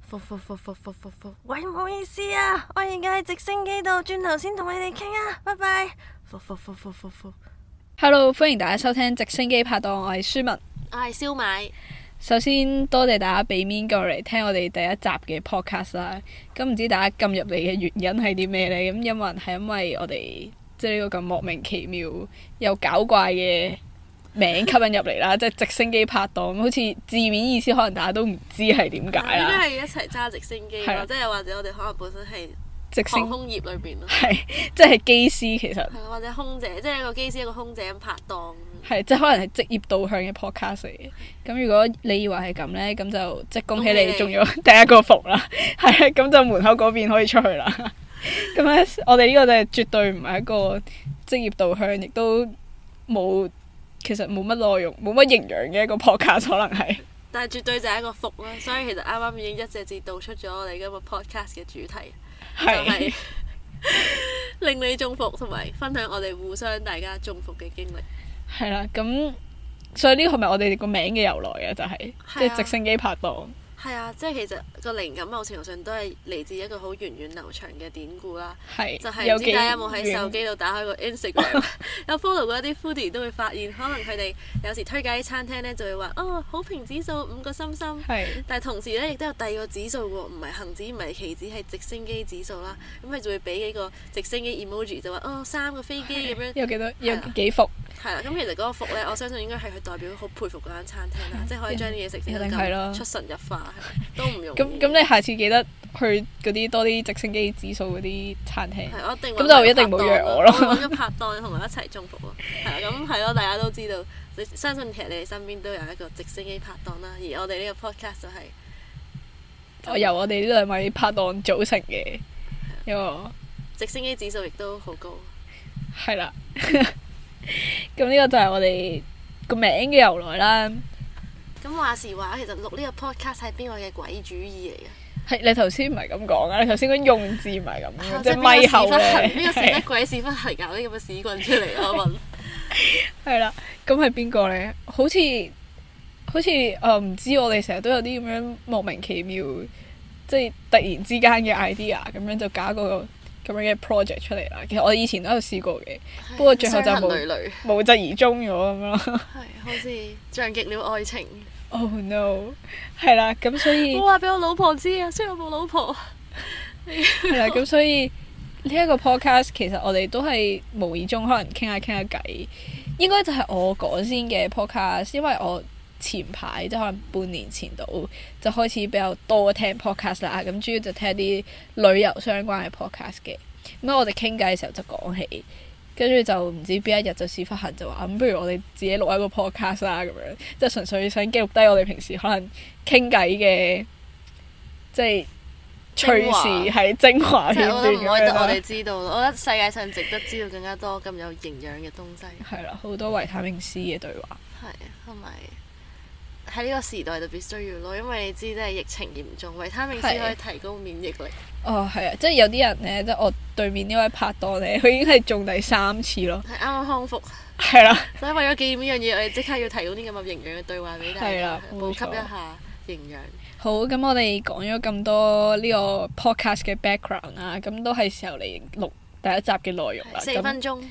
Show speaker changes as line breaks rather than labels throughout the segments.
服服服服服服服，喂，唔好意思啊，我而家喺直升機度，轉頭先同你哋傾啊，拜拜。服服服服服服，
Hello，歡迎大家收聽直升機拍檔，我係舒文。
我係燒賣，
首先多謝大家俾面過嚟聽我哋第一集嘅 podcast 啦。咁唔知大家撳入嚟嘅原因係啲咩呢？咁有冇人係因為我哋即係呢個咁莫名其妙又搞怪嘅名吸引入嚟啦？即 係直升機拍檔，好似字面意思可能大家都唔知係點解
應
啦。
該係一齊揸直升機
啊係啊
咯，即係或者我哋可能本身係
直
航
升
空業裏邊咯，
係即係機師其實
係啊或者空姐，即係一個機師一個空姐咁拍檔。
係即係可能係職業導向嘅 podcast 嚟嘅。咁如果你以為係咁呢，咁就即係恭
恭
喜
喜
你
你
中咗 第一個伏啦。係啊，咁就門口嗰邊可以出去啦。 咁咧，我哋呢個就係絕對唔係一個職業導向，亦都冇其實冇乜內容、冇乜營養嘅一個 podcast，可能係。
但係絕對就係一個服啦，所以其實啱啱已經一隻字道出咗我哋今日 podcast 嘅主題，就
係
係 令你中伏，同埋分享我哋互相大家中伏嘅經歷。
係啦，咁所以呢個係咪我哋個名嘅由來啊？就係即
係啊
係直升機拍檔。
係啊，即係其實個靈感某程度上都係嚟自一個好源遠流長嘅典故啦。
係
就係唔知
幾
大家有冇喺
遠
手機度打開個 Instagram，有 follow 過一啲 foodie 都會發現，可能佢哋有時推介啲餐廳呢，就會話哦好評指數五個心心，
係
但係同時呢，亦都有第二個指數喎，唔係恒指，唔係期指，係直升機指數啦。咁佢就會俾幾個直升機 emoji 就話哦三個飛機咁樣，
有幾多有
係啦啊
幾伏？
係啦。咁其實嗰個服呢，我相信應該係佢代表好佩服嗰間餐廳 啦，即係可以將啲嘢食整
一
得
定係啦
咁出神入化，都唔容易。
咁咁，你下次記得去嗰啲多啲直升機指數嗰啲餐廳。
係，我一定
咁就一定冇約我咯 嗯
我揾咗拍檔同我一齊中伏咯。係啊啦，咁係咯，大家都知道，你相信其實你哋身邊都有一個直升機拍檔啦。而我哋呢個 podcast 就係、
我由我哋呢兩位拍檔組成嘅一個
直升機指數亦都好高。
係啦。 咁呢個就係我哋個名嘅由來啦。
咁話時話，其實錄呢個 podcast 係邊個嘅鬼主意嚟嘅？
係你頭先唔係咁講啊，你頭先嗰用字唔係咁嘅，嗯即
啊係
係咪後咧
邊個屎忽痕邊個屎忽鬼屎忽痕搞啲咁嘅屎棍出嚟？啊我問。
係啦。咁係邊個咧？好似好似誒唔知，我哋成日都有啲咁樣莫名其妙，即係突然之間嘅 idea 咁樣就搞個咁樣嘅 project 出嚟啦。其實我以前都有試過嘅， 不過最後就
傷
冇
痕累累，
無疾而終咗咁樣咯。
係好似像極了愛情。
Oh no！係啦，咁所以
我話俾我老婆知啊，雖然我冇老婆。
係啦，咁所以呢一個 podcast 其實我哋都係無意中可能傾下傾下偈，應該就係我講先嘅 podcast，因為我前排即係可能半年前度就開始比較多聽 podcast 啦，咁主要就聽啲旅遊相關嘅 podcast 嘅。咁我哋傾偈嘅時候就講起，跟住就唔知邊一日就屎忽痕就話嗯咁，不如我哋自己錄一個 podcast 啦咁樣，即係純粹想記錄低我哋平時可能傾偈嘅，即係趣
精華
事係精華
即
片
係啊我
段
覺得
咁
唔可以得
樣
我
啦
哋。知道咯，我覺得世界上值得知道更加多咁有營養嘅東西，
係啦，好多維他命 C 嘅對話。
係啊同埋喺呢個時代特別需要咯，因為你知即係疫情嚴重，維他命 C
係
可以提高免疫力，
哦，係啊，即係有啲人咧，即係我對面呢 位拍檔咧，佢已經係中第三次咯。
係啱啱康復，
係啦，
所以為咗紀念呢樣嘢，我哋即刻要提供啲咁嘅營養嘅對話俾大
係
家
啦，
補給
冇錯
一下營養。
好，咁我哋講咗咁多呢個 podcast 嘅 background 啦，咁都係時候嚟錄第一集嘅內容啦。
四
咁
分鐘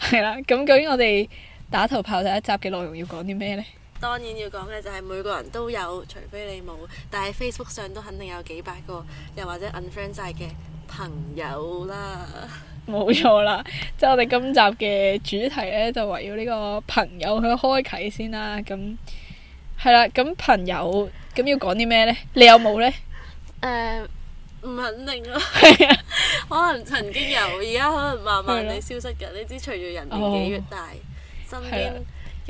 係啦，咁究竟我哋打頭炮第一集嘅內容要講啲咩呢？
當然要講嘅就係每個人都有，除非你冇，但係 Facebook 上都肯定有幾百個，又或者 unfriend 晒嘅朋友啦。
冇錯啦， 即係我哋今集嘅主題呢，就圍繞呢個朋友去開啟先啦。咁係啦，咁朋友咁要講啲咩呢？你有冇呢？
誒呃唔肯定咯，
係啊，
可能曾經有，而家可能慢慢
係咯啊
地消失緊。你知隨住人年紀越大，身
係
邊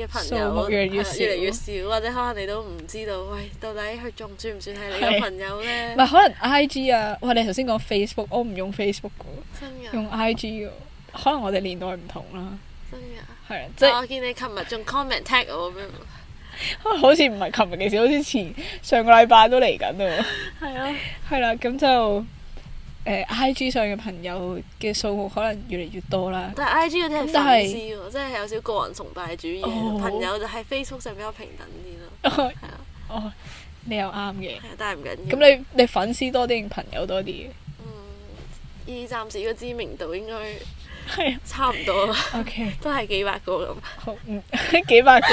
嘅朋
哦數目
友
越嚟越
係啦
少
越嚟越少，或者可能你都唔知道，喂，到底佢仲算唔算係你
係
嘅朋友
唔
呢？
係可能 I G 啊，哇！你頭先講 Facebook，我唔用 Facebook 嘅，
真㗎，
用 I G 嘅，可能我哋年代唔同啦，
真㗎。
係啊，即
但
係
我見你琴日仲 comment tag 我咁樣，
好似唔係琴日嘅事，好似前上個禮拜都嚟緊喎。
係咯，
係啊啦，咁就誒 I G 上嘅朋友嘅數目可能越嚟越多啦。
但係 I G 嗰啲係
咁
粉
但係
絲喎，即係有少個人崇拜主義喺度，啊
哦
朋友就喺 Facebook 上比較平等啲咯。
哦
係啊，
你又啱嘅。
係啊，但係唔緊要。
咁你你粉絲多啲定朋友多啲嘅？
你以暫時嘅知名度應該
係啊。
差唔多啦，
OK，
都係幾百個咁。
好，嗯， 幾百個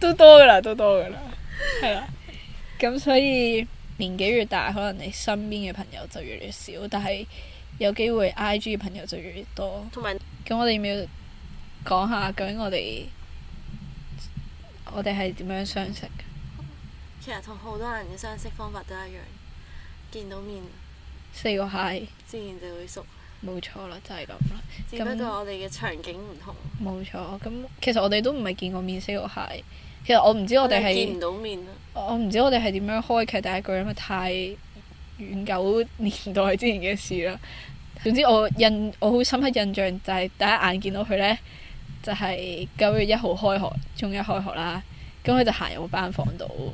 都多噶啦，都多噶啦，係啦。咁所以年紀越大，可能你身邊嘅朋友就越嚟越少，但係有機會 IG 嘅朋友就越嚟越多。
同埋
咁我哋要唔要講下究竟我哋我哋係點樣相識嘅？
其實同好多人嘅相識方法都一樣，見到面
四個 hi，
自然就會熟，
冇錯啦，就係咁啦，
只不
咁
過我哋嘅場景唔同，
冇錯。咁其實我哋都唔係見過面四個 hi，其實我唔知我哋係
見唔。到面啊啦。
我唔知我哋係點樣開啟第一句，因為太遠久年代之前嘅事啦。總之我印我好深刻印象就係第一眼見到佢呢，就係九月一號開學，中一開學啦。咁佢就行入我班房度，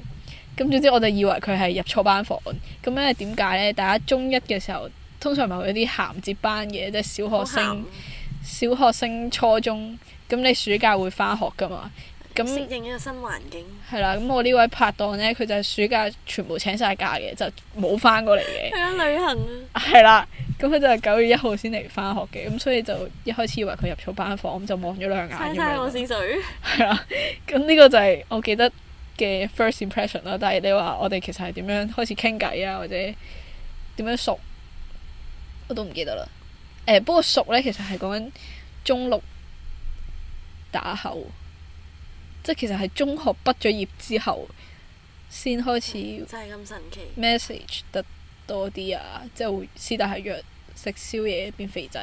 咁總之我就以為佢係入錯班房。咁咧點解呢？大家中一嘅時候通常咪會有啲銜接班嘅，即係小學生、小學生、初中。咁你暑假會翻學㗎嘛？咁
咁適應一個新環境，
係啦，咁我呢位拍檔呢，佢就係暑假全部請晒假嘅，就冇翻過嚟嘅。
去咗旅行啊！
係啦，咁佢就係九月一號先嚟翻學嘅，咁所以就一開始以為佢入錯班房，咁就望咗兩眼
猜
咁
猜我
樣。
是誰？
係啦，咁呢個就係我記得嘅 first impression 啦。但係你話我哋其實係點樣開始傾偈啊，或者點樣熟，我都唔記得啦。誒、不過熟呢，其實係講緊中六打後，即係其實係中學畢咗業之後先開始
真係咁神奇，
message 得多啲啊，即係會私底下約食宵夜變肥仔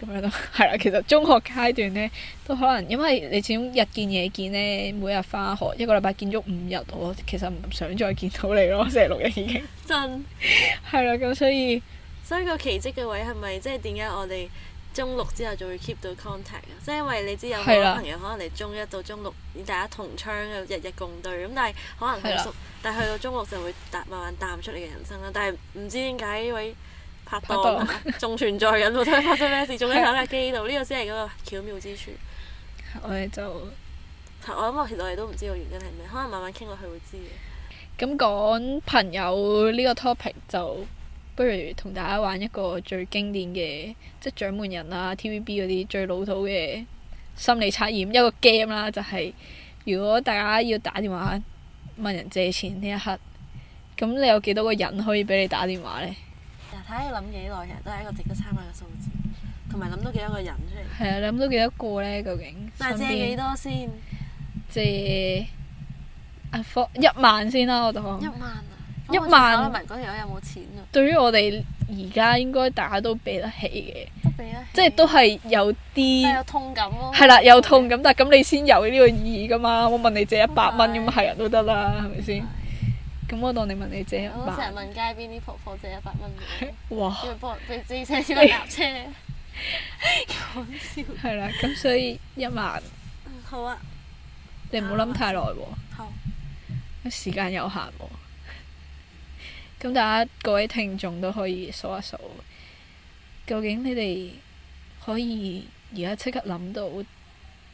咁樣咯。 係啦，其實中學階段呢，都可能因為你始終日見夜見呢，每日翻學一個禮拜見足五日，我其實唔想再見到你咯， 星期六日已經
真。
係啦，咁所以
所以個奇蹟嘅位係咪即係點解我哋中六之後就會 keep 到 contact 啊？即係因為你知有好
係啦
多朋友可能你中一到中六，大家同窗嘅日日共對咁，但係可能
係啦
好熟，但係去到中六就會淡慢慢淡出你嘅人生啦。但係唔知點解呢位拍檔啊 仲存在緊喎，都係發生咩事？仲喺
係
手架機度，呢個先係嗰個巧妙之處。
我哋就
我諗我其實我哋都唔知道原因係咩，可能慢慢傾落去會知嘅。
咁講朋友呢個 topic 就不如同大家玩一個最經典嘅，即係掌門人啊、TVB 嗰啲最老土嘅心理測驗，一個 game 啦，就係、如果大家要打電話問人借錢呢一刻，咁你有幾多個人可以俾你打電話呢？
嗱，睇下要諗幾耐，其實都係一個值得參考嘅數字，同埋諗到幾多個人出嚟。
係啊，你諗到幾多個呢？究竟
但係
身
借
邊
幾多先？
借啊，科一萬先啦，我當
一。萬啊！
一萬
我仲考慮埋嗰條友有冇錢啊？
對於我哋而家應該大家都俾得起嘅，
都俾得起，
即係都係啊有啲
但係有痛感咯。
係啦，有痛哦咁，但係咁你先有呢個意義噶嘛？我問你借一百蚊咁，係人都得啦，係咪先？咁我當你問你借一
我都成日
百，
問街邊啲婆婆借一百蚊 俾
哇，
我，要幫俾自己車錢去搭車。講笑。
係啦，咁所以一萬，
嗯好啊，
你唔好諗太耐喎，
好。
時間有限喎。咁大家各位聽眾都可以數一數，究竟你哋可以而家即刻諗到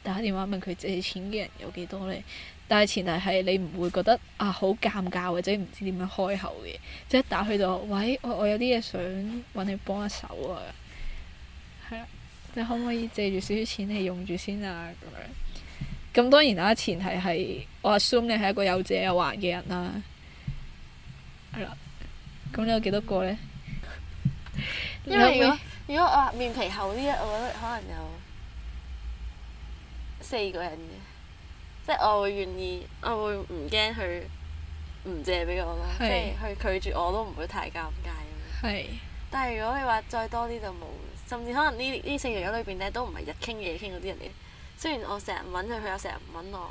打電話問佢借錢嘅人有幾多呢？但係前提係你唔會覺得啊好尷尬或者唔知點樣開口嘅，即係打去到喂我我有啲嘢想揾你幫一手啊，係啦，你可唔可以借住少少錢你用住先啊咁樣？咁當然啦，前提係我 assume 你係一個有借有還嘅人啦，係啦。咁你有幾多個呢？
因為如果如果我話面皮厚啲咧，我覺得可能有四個人嘅，即係我會願意，我會唔驚佢唔借俾我咯，即
係
係佢拒絕我都唔會太尷尬咁樣。
係
但係如果你話再多啲就冇，甚至可能呢呢四條友裏邊咧都唔係日傾夜傾嗰啲人嚟。雖然我成日揾佢，佢又成日唔揾我。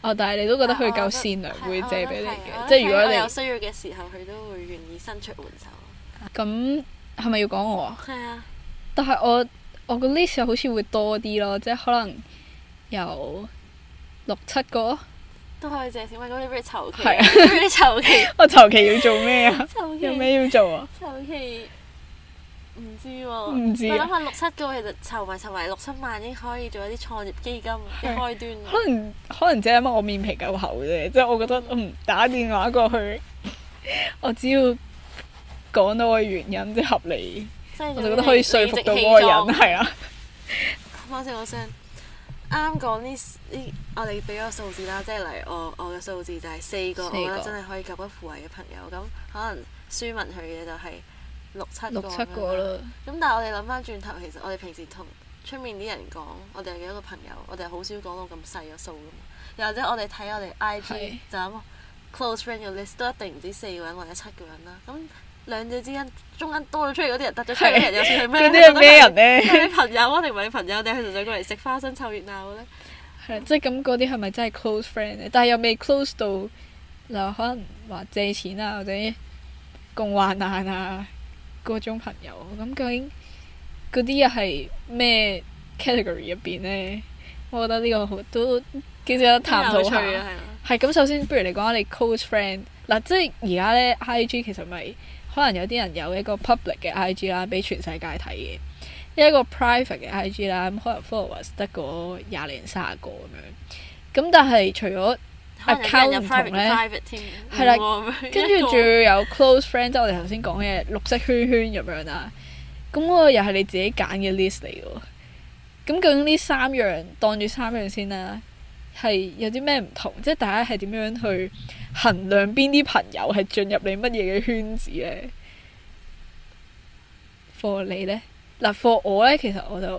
哦，但係你都覺得佢夠
但我
善良，
係
會借俾你
我覺得係
嘅，即係如果
我
你
有需要嘅時候，佢都會願意伸出援 手。
咁係咪要講我啊？
係啊，
但係我我個 list 又好似會多啲咯，即係可能有六七個。
都可以借錢。喂，咁你不如籌期，
係 啊
不如你籌期，
我求其要做咩啊？
籌
有
期，
咩要做啊？
籌期。唔知喎，
唔知
我諗
啊
下六七個其實籌埋籌埋六七萬已經可以做一啲創業基金嘅開端。
可能可能只係因為我面皮夠厚啫，即係我覺得嗯打電話過去， 我只要講到我嘅原因即係合理，
即係
我就覺得可以說服到嗰個人係啊。
我先我想啱講呢呢，我哋俾個數字啦，即係例如我我嘅數字就係四個，
四
我
個
覺得真係可以救得扶危嘅朋友。咁可能舒文佢嘅就係六七個
六七個
咁樣。
啦，
咁但係我哋諗翻轉頭，其實我哋平時同出面啲人講，我哋有幾多個朋友，我哋好少講到咁細個數噶嘛。又或者我哋睇我哋 IG
係
就咁 close friend 嘅 list 都一定唔止四個人或者七個人啦。咁兩者之間中間多咗出嚟嗰啲人，突咗出嚟嗰啲人又算係咩
嗰
呢？
啲係咩人
我覺得係？係
咧？
你朋友啊，定唔係你朋友？定係佢純粹過嚟食花生湊熱鬧咧？
係啦即係咁嗰啲係咪真係 close friend 咧？但係又未 close 到，嗱可能話借錢啊，或者共患難啊嗰種朋友，咁究竟嗰啲又係咩 category 入邊呢？我覺得呢個好都幾值得探討
有趣
下。
啊，係啊
係咁，首先不如你講下你 close friend 嗱，即係而家咧 IG 其實咪可能有啲人有一個 public 嘅 IG 啦，俾全世界睇嘅；一個 private 嘅 IG 啦，咁可能 followers 得嗰廿零卅個咁樣。咁但係除咗
可能有啲人
account 唔
有
同
private
咧
private 添，
係啦
唔會喎
跟住
一
仲
個
要有 close friend，即係我哋頭先講嘅綠色圈圈咁樣啦。咁嗰個又係你自己揀嘅 list 嚟嘅喎。咁究竟呢三樣當住三樣先啦，係有啲咩唔同？即係大家係點樣去衡量邊啲朋友係進入你乜嘢嘅圈子呢 for 你呢？嗱，for 我呢，其實我就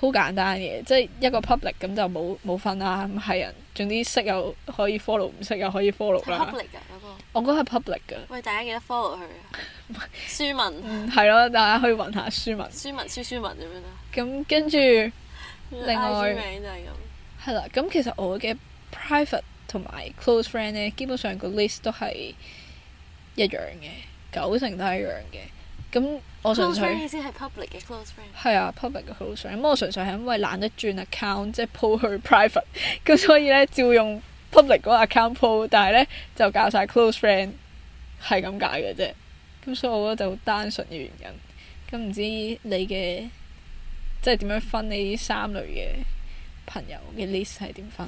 好簡單嘅，即係一個 public 咁就冇冇分啦，咁係人，總之識又可以 follow，唔識又可以 follow 啦。
public 㗎嗰個。
我覺得係 public 噶，
喂，大家記得 follow 佢啊！舒文、
嗯，係咯，大家可以揾下書文。
舒文、舒舒文咁樣啦。
咁跟住係另外
IG 名就係咁。
啦，咁其實我嘅 private 同埋 close friend 呢，基本上個 list 都係一樣嘅，九成都係一樣嘅。咁我純
close friend
粹
意思係 public 嘅 close friend。
係啊，public 嘅 close friend，咁我純粹係因為懶得轉 account，即係 po 去 private，咁所以呢，照用 public 嗰個 account po，但係呢，就教晒 close friend 係咁解嘅啫。咁所以我覺得就好單純嘅原因。咁唔知你嘅即係點樣分你呢三類嘅朋友嘅 list 係點分？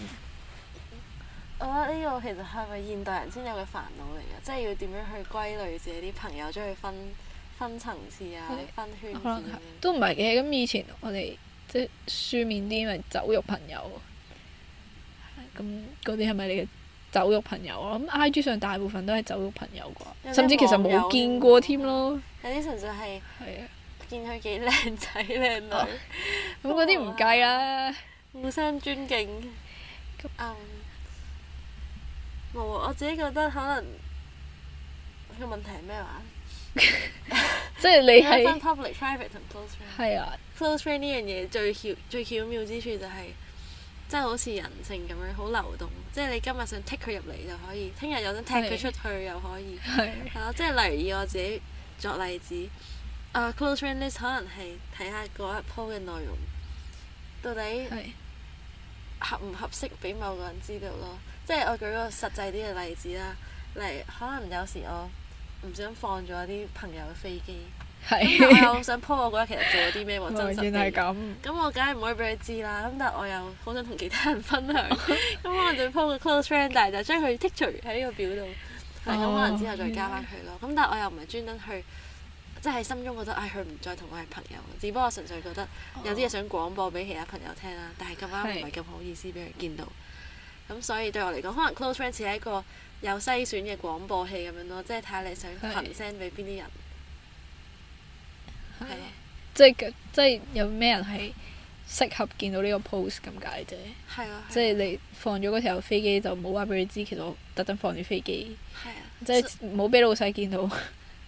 我覺得呢個其實係咪現代人先有嘅煩惱嚟㗎？即係要點樣去歸類自己啲朋友，將佢分分層次啊
係、
分圈子
可能
咁
係
樣。
都唔係嘅。咁以前我哋即係書面啲咪酒肉朋友，咁嗰啲係咪你嘅酒肉朋友啊？咁 I G 上大部分都係酒肉朋友
有
啩，
啲
甚至其實冇見過添咯。
有啲純粹係
係啊，
見佢幾靚仔靚
哦
女，
咁嗰啲唔計啦。
互相尊敬。
咁
嗯，冇啊！我自己覺得可能個問題係咩話？
即係你
你分
係
public、private 同 close friend。
係啊，
close friend 呢樣嘢最巧最巧妙之處就係、即係好似人性咁樣好流動，即係你今日想剔佢入嚟就可以，聽日又想踢佢
係
出去又可以，
係
係咯。即係例如以我自己作例子，啊 close friend list 可能係睇下嗰一 po 嘅內容到底
係
合唔合適俾某個人知道咯。即係我舉個實際啲嘅例子啦，例如可能有時我唔想放咗啲朋友嘅飛 機，但我
係。
又想 po 我嗰日其實做咗啲咩 喎，真
哦
實
原來
地
係。咁，
咁我梗係唔可以俾佢知啦，咁但係我又好想同其他人 分享，咁我就 po 個 close friend，但係就將佢剔除喺呢個表度，係咁、
哦嗯
可能之後再加翻佢咯。咁但係我又唔係專登去，即係心中覺得唉，佢唔再同我係朋友，只不過純粹覺得有啲嘢想廣播俾其他朋友聽啦，但係咁啱唔係咁好意思俾佢見到，咁所以對我嚟講，可能 close friend 似係一個有篩選嘅廣播器咁樣咯，即係睇下你想
係
群 send 俾邊啲人，係
係
咯。
即係即係有咩人係適合見到呢個 post 咁解啫。
係啊，
即係你放咗嗰條飛機就冇話俾佢知，其實我特登放啲飛機，
係啊，
即係唔好俾老細見到，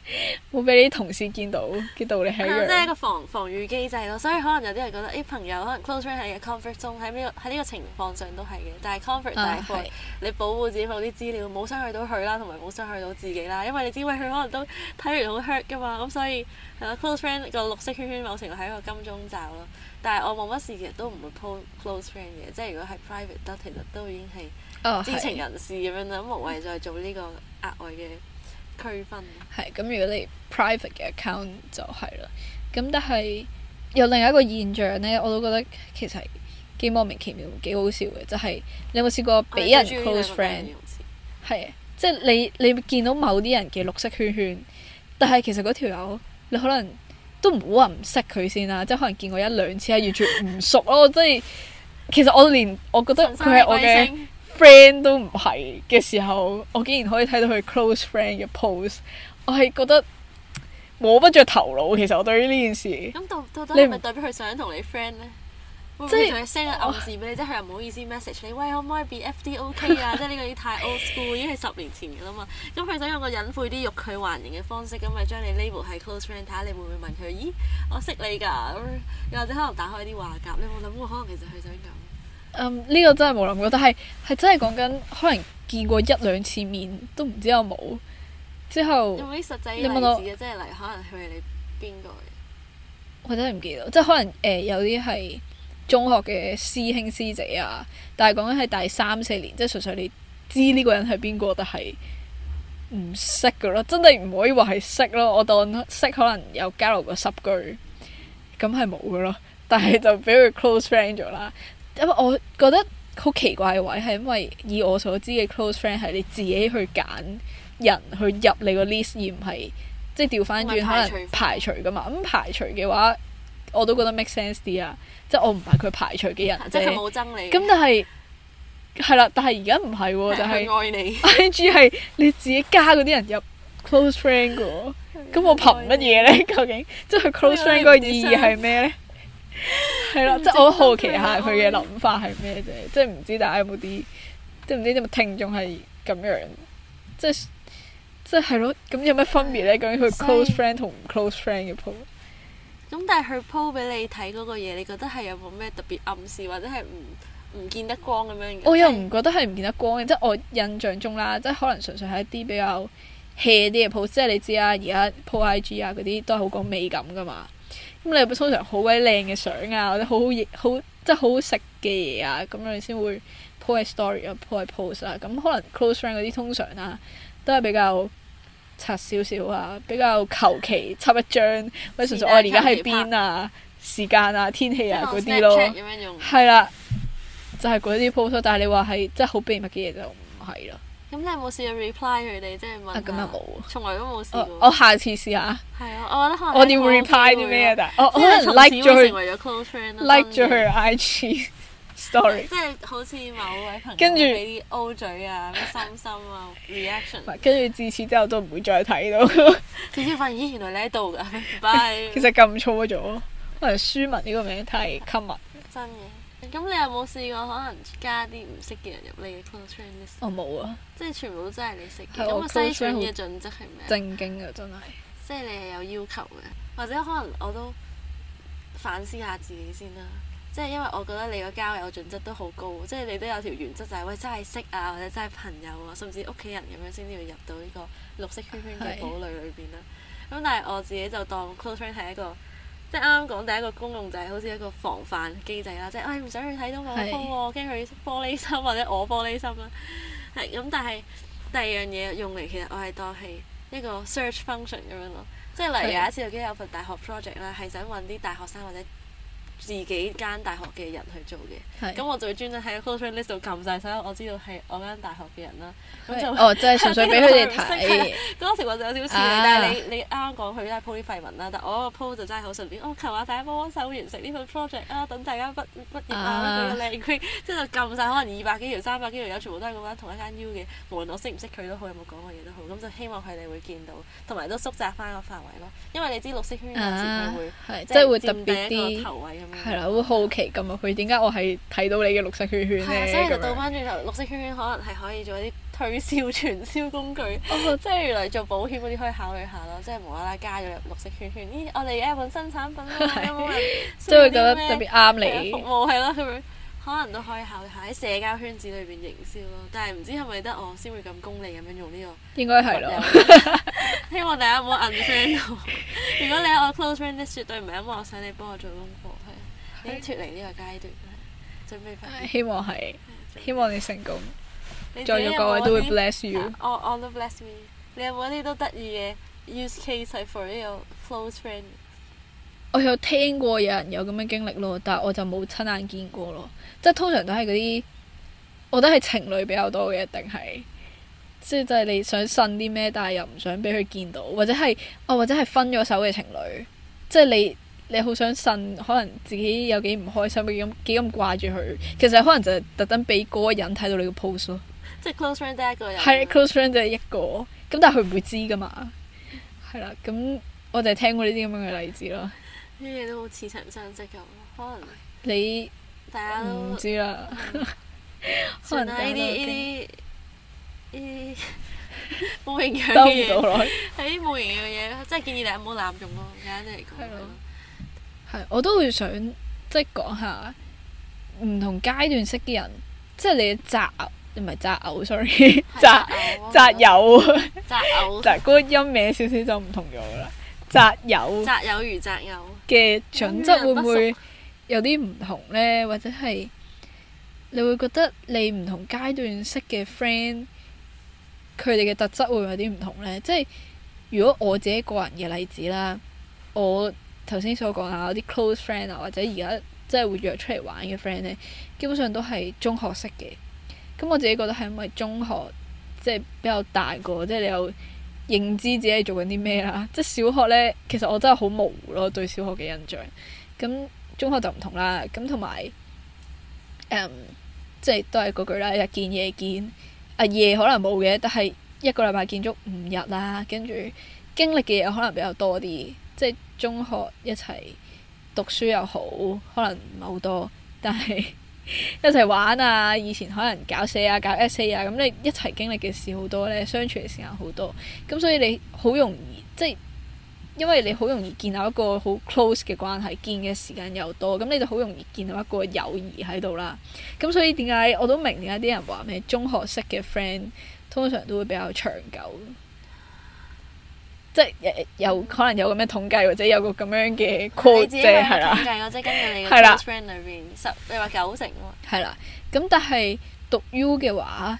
冇俾啲同事見到嘅道理係一
係啊即係一
樣。
個防防禦機制咯，所以可能有啲人覺得，誒、朋友可能 close friend 係嘅 comfort zone 喺呢個喺呢個情況上都係嘅，但係 comfort 就
啊
係
係
for 你保護自己某啲資料，冇傷害到佢啦，同埋冇傷害到自己啦，因為你知喂佢可能都睇完好 hurt 噶嘛，咁所以係咯 close friend 個綠色圈圈某程度係一個金鐘罩咯，但係我冇乜事其實都唔會 po close friend 嘅，即係如果係 private 得，其實都已經係
哦，
知情
係
人士咁樣啦，咁無謂再做呢個額外嘅區分。
係咁，如果你 private 嘅 account 就係啦。咁但係有另一個現象咧，我都覺得其實幾莫名其妙、幾好笑嘅，就係、你有冇試過俾人
我係最中意呢兩
close
個
friend？
形容詞
係即係你你見到某啲人嘅綠色圈圈，但係其實嗰條友你可能都唔好話唔識佢先啦，即係可能見過一兩次係完全唔熟咯， 即係其實我連我覺得
神
佢
山李
係我
貴
嘅
星
friend 都唔係嘅時候，我竟然可以睇到佢 close friend 嘅 post，我係覺得摸不着頭腦。其實我對於呢件事，
咁到到底
你
係
唔
咪代表佢想同你 friend 咧？會唔
即係
會仲要 send 個暗示俾你，即係佢又唔好意思 message 你，喂可唔可以 B F D O K 啊？即係 呢個已經太 old school，已經係十年前嘅啦嘛。咁佢想用個隱晦啲、欲拒還迎嘅方式，咁咪將你 label 係 close friend，睇下你會唔會問佢？咦，我識你㗎咁，又或者可能打開啲話夾，你有冇諗過可能其實佢想咁？
嗯，呢、個真係冇諗過，但係係真係講緊可能見過一兩次面都唔知有冇之後
有。冇啲實際
你問我
例子嘅？即係例如可能佢係你邊個嘅？
我真係唔記得，即係可能誒、呃有啲係中學嘅師兄師姐啊，但係講緊係第三四年，即係純粹你知呢個人係邊個，但係唔識嘅咯，真係唔可以話係識咯。我當識可能有交流過十句，咁係冇嘅咯。但係就俾佢 close friend 咗啦。因為我覺得好奇怪嘅位係因為以我所知嘅 close friend 係你自己去揀人去入你個 list，而唔係即係調翻
唔
轉
係
可
排
能
除
排除噶嘛。咁排除嘅話，我都覺得 make sense 啲啊。即係我唔係佢排除嘅人
即係佢
啫。
冇憎你嘅，
咁但係係啦，但係而家唔係喎，就係、
係佢愛你。
I G 係你自己加嗰啲人入 close friend 噶喎，咁我憑乜嘢咧？究竟即係佢 close
因為
friend 嗰個意義係咩咧？係啦，即係我好奇下佢嘅諗法係咩啫？即係唔知大家有冇啲，即係唔知有冇聽眾係咁樣，即係即係係咯。咁有咩分別咧？究竟佢
所以
close friend 同唔 close friend 嘅 po？
咁但係佢 po 俾你睇嗰個嘢，你覺得係有冇咩特別暗示，或者係唔唔見得光咁樣嘅？
我又
即係
唔覺得係唔見得光嘅，即係我印象中啦，即係可能純粹係一啲比較 hea 啲嘅 post，即係你知啦，啊而家 po IG 啊嗰啲都係好講美感噶嘛。咁你通常好鬼靚嘅相啊，或者好好嘢好即係好好食嘅嘢啊，咁樣你先會 po 喺 story 啊，po 喺 post 啦。咁可能 close friend 嗰啲通常啦，都係比較刷少少啊，比較求其插一張，或者純粹哦我而家喺邊啊、時間啊、天氣
即係
啊
當
嗰啲咯。
Snapchat 咁樣用。
係啦，就係嗰啲 post，但係你話係真係好秘密嘅嘢就唔係咯。
咁你有冇試過 reply 佢哋，即係問
啊，咁
下
又冇。
從來都冇試
我
過。
我下次試下，
係啊，我覺得可能
我要 reply 啲咩啊？？但係我我
即
可
係
能
從此
like 咗
會成
佢
為咗 close friend 咯
like 咗
真嘅
佢 IG story，
即係好似某位朋友
跟住
俾啲 O 嘴啊、咩心心啊、reaction，
跟住自此之後都唔會再睇到。
點知發現咦原來你喺度㗎 ，bye。
其實撳錯咗，可能舒文呢個名太 common。
真嘅。咁你有冇試過可能加啲唔識嘅人入你嘅 close friend list？
我冇啊，
即係全部都真係你識嘅。
係
咁
我
啊
close
篩選
friend
嘅準則係咩？
正經啊，真係。
即係你係有要求嘅，或者可能我都反思下自己先啦。即係因為我覺得你個交友準則都好高，即係你都有條原則就係、喂真係識啊，或者真係朋友啊，甚至屋企人咁樣先至會入到呢個綠色圈圈嘅
係
堡壘裏邊啦。咁但係我自己就當 close friend 係一個。即係啱啱講第一個功用就係好似一個防範機制啦，即係哎唉唔想佢睇到我
係
鋪喎，驚佢玻璃心或者我玻璃心啦。係咁，但係第二樣嘢用嚟，其實我係當係一個 search function 咁樣咯。即係例如
係
有一次，我記得有份大學 project 啦，係想揾啲大學生或者自己間大學嘅人去做嘅。
係
咁我就會專登喺個 close friend list 度撳晒所有我知道係我間大學嘅人啦。咁
係
就
哦，即係純粹俾佢 哋睇。
當時我就有少少似你，
啊
但係你你啱啱講佢都係 po 啲廢文啦，但我個 po 就真係好順便，哦求下大家幫幫手完成呢份 project 啊，等大家畢畢業
啊
啊，俾個靚 grade，即 係就撳晒可能二百幾條、三百幾條友，全部都係咁樣同一間 U 嘅，無論我識唔識佢都好，有冇講過嘢都好，咁就希望佢哋會見到，同埋都縮窄翻個範圍咯，因為你知綠色圈有時
啊
佢會，
係即係會特
佔
別
第一
啲
個。頭位咁樣。
係啦，會好奇咁啊！佢點解我係睇到你嘅綠色圈圈
係啊，所以
咧？
就
咁
倒
樣
翻轉頭，綠色圈圈可能係可以做一啲推銷、 傳銷工具。
哦
即係原來做保險嗰啲可以考慮下咯，即係無啦啦加咗入綠色圈圈。咦，我哋而家揾新產品啦，有冇人需
即係
要
會
啲
覺得
咩
特別啱
係啊服
你。
務係咯咁樣，可能都可以考慮下喺社交圈子裏邊營銷咯。但係唔知係咪得我先會咁功利咁樣用呢個？
應該係
啊
咯，
希望大家唔好 unfriend 我。 如果你係我 close friend，呢絕對唔係因為我想你幫我做功課，係已經脱離呢個階段，係準備畢業。
希望係，希望你成功，
你自
在
己有
座
冇
各位都會
啲哦
bless you。
我我都 bless me。你有冇一啲都得意嘅 use case 係 for 呢個 close friend？
我有聽過有人有咁嘅經歷咯，但係我就冇親眼見過咯。即係通常都係嗰啲，我覺得係情侶比較多嘅，一定係即係就係你想信啲咩，但係又唔想俾佢見到，或者係哦，或者係分咗手嘅情侶，即係你你好想信，可能自己有幾唔開心，幾咁幾咁掛住佢，其實可能就係特登俾嗰個人睇到你個 post 咯。
即係啊 close friend 得一個人。
係啊 close friend 就係一個，咁但係佢唔會知噶嘛。係啦，咁我就係聽過呢啲咁樣嘅例子咯。
呢啲嘢都好似曾相識咁，可能
你
大家都
唔知啦，可
算
嗯能
啦，
大家
呢啲
都已
呢啲呢啲冇營養
兜
嘅
唔
嘢，
到落去。
係啲冇營養嘅嘢，即係建議你唔好濫用咯。簡單啲嚟講，
係咯
係咯
係，我都會想即係講下唔同階段識嘅人，即係你擇偶唔係擇偶，sorry，
係
擇
偶啊
擇友，
擇偶，
嗱嗰個音歪少少就唔同咗啦。擇友
擇友如擇友。
嘅準則會唔會有啲唔同呢？或者係你會覺得你唔同階段識嘅 friend，佢哋嘅特質會唔會有啲唔同呢？即係如果我自己個人嘅例子啦，我頭先所講啊，我啲 close friend 啊，或者而家即係會約出嚟玩嘅 friend 呢，基本上都係中學識嘅。咁我自己覺得係因為中學即係比較大個，即係你有認知自己係做緊啲咩啦。即係小學呢，其實我真係好模糊咯，對小學嘅印象。咁中學就唔同啦。咁同埋誒，即係都係嗰句啦，日見夜見。啊夜可能冇嘅，但係一個禮拜見足五日啦，跟住經歷嘅嘢可能比較多啲。即係中學一齊讀書又好，可能唔係好多，但係一齊玩啊！以前可能搞社啊、搞 essay 啊，咁你一齊經歷嘅事好多咧，相處嘅時間好多。咁所以你好容易即係，因為你好容易建立一個好 close 嘅關係，見嘅時間又多，咁你就好容易建立一個友誼喺度啦。咁所以點解我都明點解啲人話咩中學識嘅 friend 通常都會比較長久，即係有有可能有咁嘅統計，或者有個咁樣嘅 quote
你自己
啫，係啦
統。計咯，啊即係根據你嘅
係啦
close friend 裏邊，十你話九成喎。
係啦，咁但係讀 U 嘅話，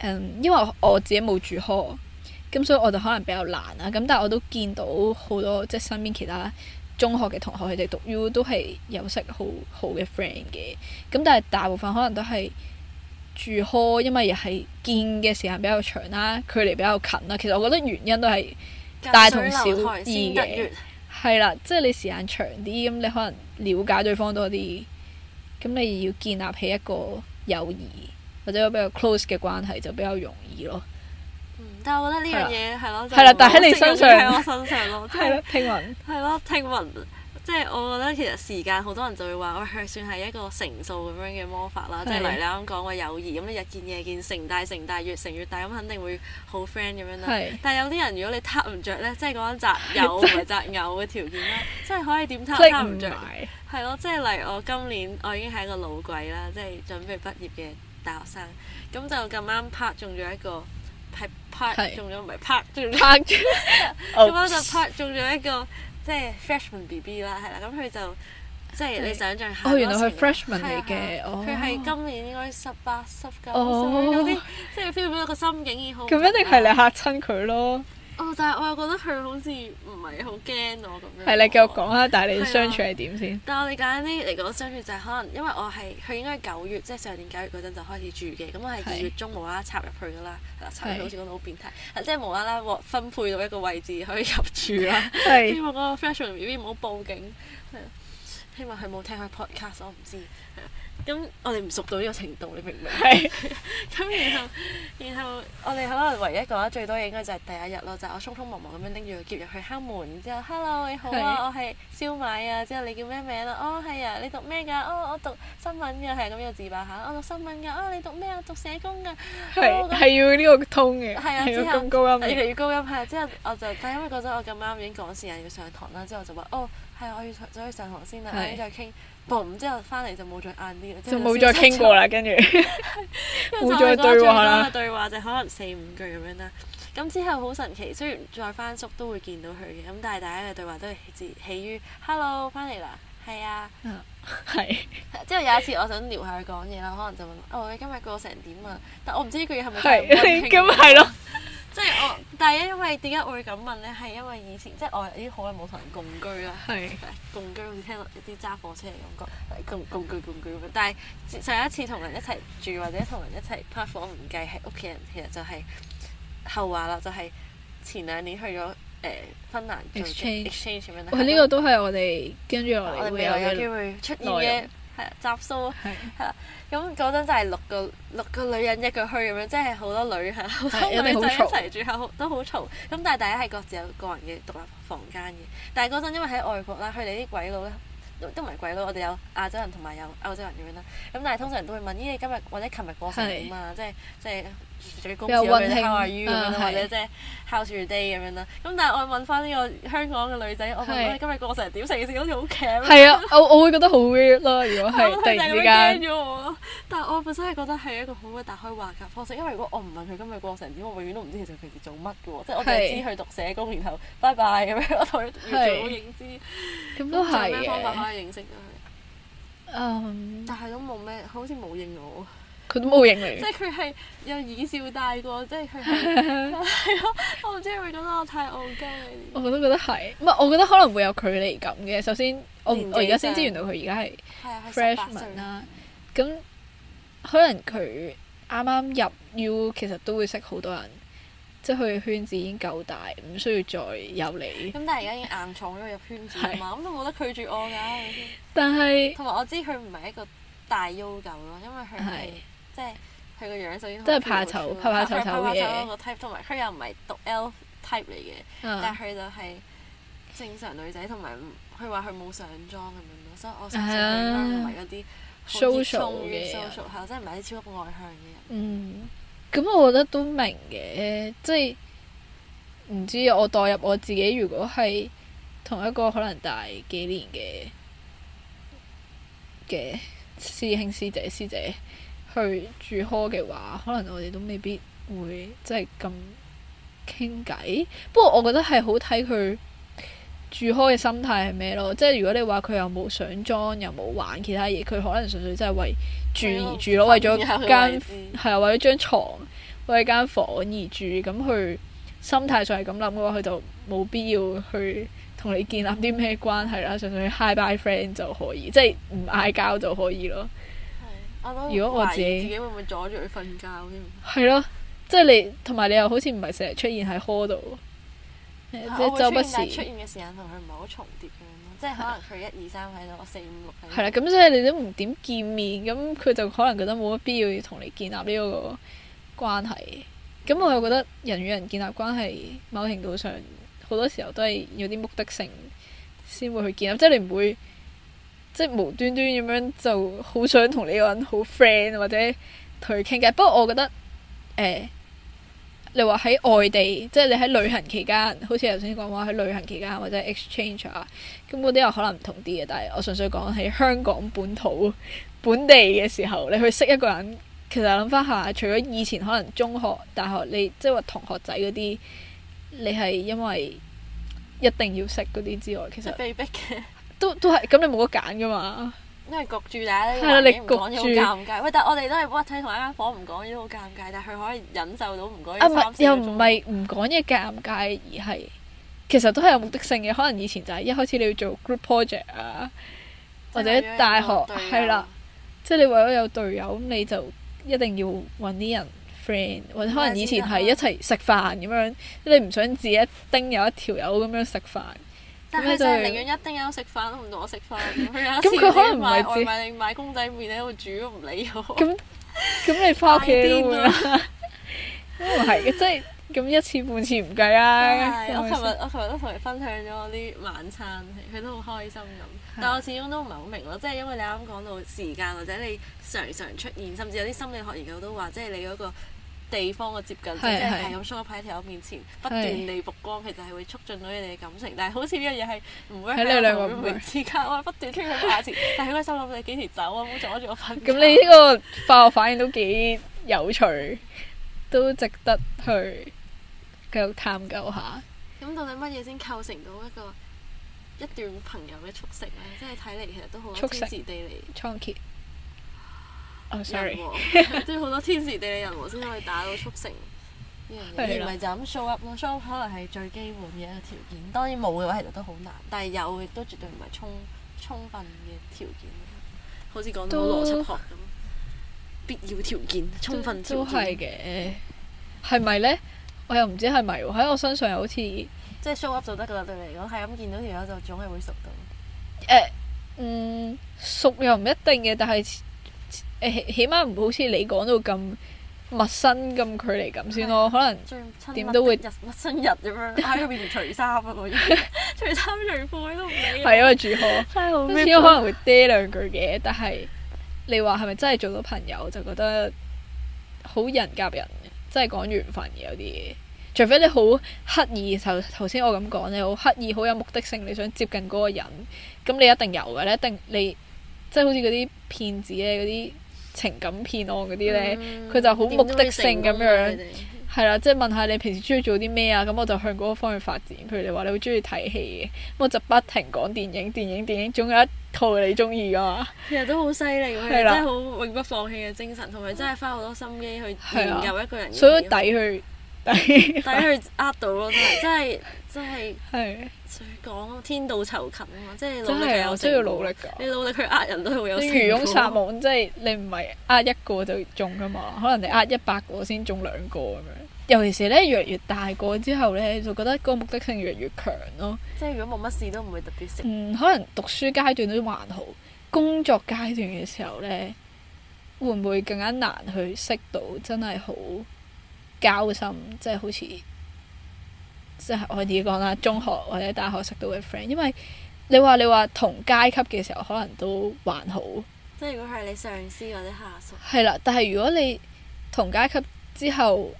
嗯，因為我我自己冇住 hall，咁所以我就可能比較難啦。咁但係我都見到好多即係身邊其他中學嘅同學，佢哋讀 U 都係有識好好嘅 friend 嘅。咁但係大部分可能都係住 hall，因為又係見嘅時間比較長啦，距離比較近啦。其實我覺得原因都係大同
隔
小
水流寒先得
異嘅
月
係啦，即係你時間長啲，咁你可能了解對方多啲，咁你要建立起一個友誼或者比較 close 嘅關係就比較容易咯。
嗯但係我覺得呢樣嘢係咯，就
係啦但喺你身上
適用喺我身上 咯，即
係
係
咯，聽聞
係咯，聽聞即係我覺得其實時間好多人就會話喂，佢算係一個乘數咁樣嘅魔法啦，即
係
係嚟你啱講話友誼咁，你日見夜見，成大成大，越成越大，咁肯定會好 friend 咁樣啦
係。
但係有啲人如果你撻唔着咧，即係講緊擇 友唔係擇偶嘅條件啦，即係可以點撻撻
click
唔
唔
着。
埋，
係咯，即係例如我今年我已經係一個老鬼啦，即係準備畢業嘅大學生，咁就咁啱拍中咗一個係拍
係
中咗唔係拍中 咗，
拍住，
咁啱就拍中咗一個即係 freshman B B 啦，係啦，咁佢就即係你想象下
哦，原來
嗰個
佢
情況
freshman 嚟
係
嘅，
啊
哦，
佢係今年應該十八、十九、
哦
十零嗰啲，即係 feel 到個心境已經好唔
咁
同啦。
一定係你嚇親佢咯。
哦，但係我又覺得佢好似唔係好驚我咁樣。
係你繼續講啦，但係你
係啊
相處係點先？
但我哋簡單啲嚟講，相處就係可能因為我係佢應該係九月，即係上年九月嗰陣就開始住嘅，咁我係二
係
月中無啦啦插入去㗎啦，係啦，插入去
係
好似講到好變態，係即係無啦啦獲分配到一個位置可以入住啦。 希
係
望嗰個 freshman B B 唔好報警，係啊希望佢冇聽佢 podcast，我唔知。係啊咁我哋唔熟到呢個程度，你明唔明？
係
咁然後，然後我哋可能唯一講得最多嘅應該就係第一日咯，就係、我匆匆忙忙咁樣拎住個夾入去敲門，然之後 hello 你好啊，我係燒賣啊，之後你叫咩名啊？哦係啊，你讀咩㗎？哦我讀新聞㗎，係咁樣自爆下，我讀新聞㗎，哦你讀咩啊？讀社工㗎，
係係要呢個通嘅，
係啊
係要
之後
咁高音
越嚟
嘅，
越高音係，之後我就但係因為嗰陣我咁啱已經趕時間要上堂啦，之後我就話哦係啊我要走去上堂先啦，
係
我哋再傾，嘣之後翻嚟就冇再晏啲啦，之
就
後
冇
消
再
失
傾
咗
過啦。跟住
冇
冇
再
再
對
對
話
話
啦。
啦
對話就可能四五句咁樣啦。咁之後好神奇，雖然再翻宿都會見到佢嘅，咁但係大家嘅對話都係自起於 hello 翻嚟啦，係啊。
係。
之後有一次我想撩下佢嗯講嘢啦，可能就問哦你今日過成點啊？但我唔知呢句嘢係咪真係 咁
係
溫馨
咁係咯，
即係我，但係因為點解我會咁問咧？係因為以前即係我已經好耐冇同人共居啦。
係
共居好似聽落有啲揸火車嘅感覺，共共居共居咁樣。但係上一次同人一齊住或者同人一齊拍房唔計係屋企人，其實就係、後話啦，就係、前兩年去咗誒、呃芬蘭做
Exchange
exchange 咁樣啦。
哦喂，呢個都係我哋跟住落
我
嚟
哋
會
未
有
來有機
嘅，
會出現
內
嘅
容
係啊集數啊。
係
咁嗰陣就係六個六個女人一個墟咁樣，即係好多女嚇，好多
係有
女
啲
仔一
好嘈
齊住後都好嘈。咁但係大家係各自有個人嘅獨立房間嘅。但係嗰陣因為喺外國啦，佢哋啲鬼佬咧。都都唔係鬼佬，我哋有亞洲人同埋有歐洲人咁樣啦。咁但係通常都會問：咦，你今日或者琴日過成點啊？即係即係最公子
比較
咁
溫
樣
馨
how are you 咁樣啦，
啊
或者
係
即係 how's your day 咁樣啦。咁但係我問翻呢個香港嘅女仔，我問
係
喂今日過成點，成件事好似好 cam
係啊，我我會覺得好 weird 咯，如果
係
係突然之
間
間，
咗我咯。但係我本身係覺得係一個好嘅打開話匣方式，因為如果我唔問佢今日過成點，我永遠都唔知其實佢哋做乜嘅喎。即係我淨係
係
知佢讀社工，然後拜拜咁樣，我同佢完全
係
冇認知。
咁都
仲
係
有咩方法啊
嘅。
可以認識到佢？
嗯，
但係都冇咩，好似冇應我。
佢都冇應
即
你。
係佢係有以笑帶過，即係佢係係咯。我唔知係咪覺得我太傲嬌你
我都覺得係，唔係我覺得可能會有距離感嘅。首先，我唔
年紀
我而家
上
先知原來佢而家係
係啊，佢十八歲
freshman 啦，咁可能佢啱啱入 U 其實都會識好多人，即係佢嘅圈子已經夠大，唔需要再有你。
咁但係而家已經硬闖咗入圈子啊嘛，咁都冇得拒絕我㗎，係咪先？
但係
同埋我知佢唔係一個大 U 狗咯，因為佢係
係
即係佢個樣首先好
都係怕醜
cute
怕怕醜醜
佢係怕
嘅
醜嗰個 type，同埋佢又唔係讀 L type 嚟嘅，但
啊，
係佢就係正常女仔，同埋唔佢話佢冇上妝咁樣咯，所以我相信佢應該唔係嗰啲好熱衷
啊 social
於
嘅人
social 係，即係唔係啲超級外向嘅人。
嗯，咁我覺得都明嘅，即係唔知我代入我自己，如果係同一個可能大幾年嘅嘅師兄師姐師姐去住科嘅話，可能我哋都未必會即係咁傾偈。不過我覺得係好睇佢住科嘅心態係咩咯，即係如果你話佢又冇上妝又冇玩其他嘢，佢可能純粹真係為住而住
哦
咯，為咗間係啊，為咗張床，為咗間房而住，咁佢心態上係咁諗嘅話，佢就冇必要去同你建立啲咩關係啦，純粹 hi bye friend 就可以，即係唔嗌交就可以咯。
係我都
如果我
懷
自
疑
己
自己會唔會阻住佢瞓覺添？
係咯，即係你同埋你又好似唔係成日出現喺 hall 度，誒
我
即係
啊會
周不
出現但係出
時。
現嘅時間同佢唔係好重疊咁樣咯，即係可能佢一二三喺度，我四五六喺度。
係啦，咁所以你都唔點見面，咁佢就可能覺得冇乜必要同你建立呢個關係。咁我又覺得人與人建立關係，某程度上好多時候都係有啲目的性先會去建立，即係你唔會即係無端端咁樣就好想同呢個人好 friend 或者同佢傾偈。不過我覺得誒、呃你話喺外地，即係你喺旅行期間，好似頭先講話喺旅行期間或者 exchange 啊。咁嗰啲又可能唔同啲嘅，啊但係我純粹講喺香港本土 本地嘅時候，你去識一個人，其實諗翻下，除咗以前可能中學、大學，你即係話同學仔嗰啲，你係因為一定要識嗰啲之外，其
即
實
係被逼嘅。
都都係咁，你冇得揀噶嘛。
因為焗住大家
係啦
呢
你
個環境唔講嘢
焗住
好尷尬。喂，但係我哋都係屈喺同一間房唔講嘢都好尷尬，但係佢可以忍受到唔講嘢
啊，唔係
三四個
又
鐘
唔係唔講嘢尷尬，而係其實都係有目的性嘅。可能以前就係一開始你要做 group project 啊，
即
或
係
者
為咗
大學
有個隊友
係啦。即係你為咗有隊友，咁你就一定要揾啲人 friend，或者可能以前係一齊食飯咁樣，即係你唔想自己一丁有一條友咁樣食飯。
但係佢就係寧願一定有食飯都唔同我食飯。咁
咁佢可能唔係
買外
知
賣定買公仔麵喺度煮都唔理 我。
咁咁你翻屋企 都會
太
啦，都唔係嘅，即係咁一次半次唔計啦。
係我
係
琴日
咪
我琴日都同佢分享咗我啲晚餐，佢都好開心咁。但我始終都唔係好明咯，即係因為你啱啱講到時間或者你常常出現，甚至有啲心理學研究都話，即係你嗰個地方嘅接近，即
係
係
係
係咁 show up 喺條友面前，不斷地曝光，其實係會促進到你哋嘅感情。但係好似呢樣嘢係唔 work
喺你兩個
我同
唔
roommate 之間，我係不斷推佢下前，但係佢都心諗你幾時走啊？唔好阻住我瞓覺。
咁你呢個化學反應都幾有趣，都值得去繼續探究下。
咁到底乜嘢先構成到一個一段朋友嘅促成咧？即係睇嚟其實都好多
促成
天時地利。
倉頡。哦、s o r r
人
y
和，即係好多天時地利人和先可以打到促成呢樣
係
嘢，
啦
而唔係就咁 show up 咯。show up 可能係最基本嘅一個條件，當然冇嘅話其實都好難，但係有亦都絕對唔係充充分嘅條件。好似講到好邏輯學咁，必要條件、充分條
都係
件，
嘅，係咪呢？我又唔知係咪喎，喺我身上又好似誒、
即係 show up 就得㗎啦。對你嚟講，係咁見到條友就總係會熟到。
嗯熟又唔一定嘅，但係誒、起起碼唔好似你講到咁陌生咁距離感先咯，可能
最親
點
密
都會
的日陌生日咁樣 喺佢面前除衫啊！我已經除衫除褲都唔理。
係因為住殼。
真係好
跟住可能會嗲兩句嘅，但係你話係咪真係做到朋友，就覺得好人夾人嘅，真係講緣分嘅有啲嘢。除非你好刻意，頭頭先我咁講，你好刻意、好有目的性，你想接近嗰個人，咁你一定有嘅，你一定你即係好似嗰啲騙子咧，嗰啲情感騙案嗰啲咧，
嗯
佢就好目的性咁樣係啦，即係問下你平時中意做啲咩啊？咁我就向嗰個方向發展。譬如你話你好中意睇戲嘅，咁我就不停講電影、電影、電影，總有一套你中意噶嘛。
其實都好犀利喎，佢哋
係
真
啦
係好永不放棄嘅精神，同埋真係花好多心機去研究一個人嘅嘢。
所以都抵去抵
抵佢呃到咯，真係真係真係
係
所以講天道酬勤啊嘛，即係
真
努力係
係
有
我需要
成
努
果
力。㗎。
你努力去呃人都係會有
你
成
漁翁撒
果。
網，即係你唔係呃一個就中㗎嘛，可能你呃一百個先中兩個咁樣。尤其是咧越嚟越大個之後咧，就覺得嗰個目的性越嚟越強咯。
即係如果冇乜事都唔會特別識。
嗯，可能讀書階段都還好，工作階段嘅時候呢，會唔會更加難去識到真係好交心，即係好似即係我自己講啦，中學或者大學識到嘅 friend，因為你話你話同階級嘅時候可能都還好，
即係如果係你上司或者下屬，
係啦，但係如果你同階級之後，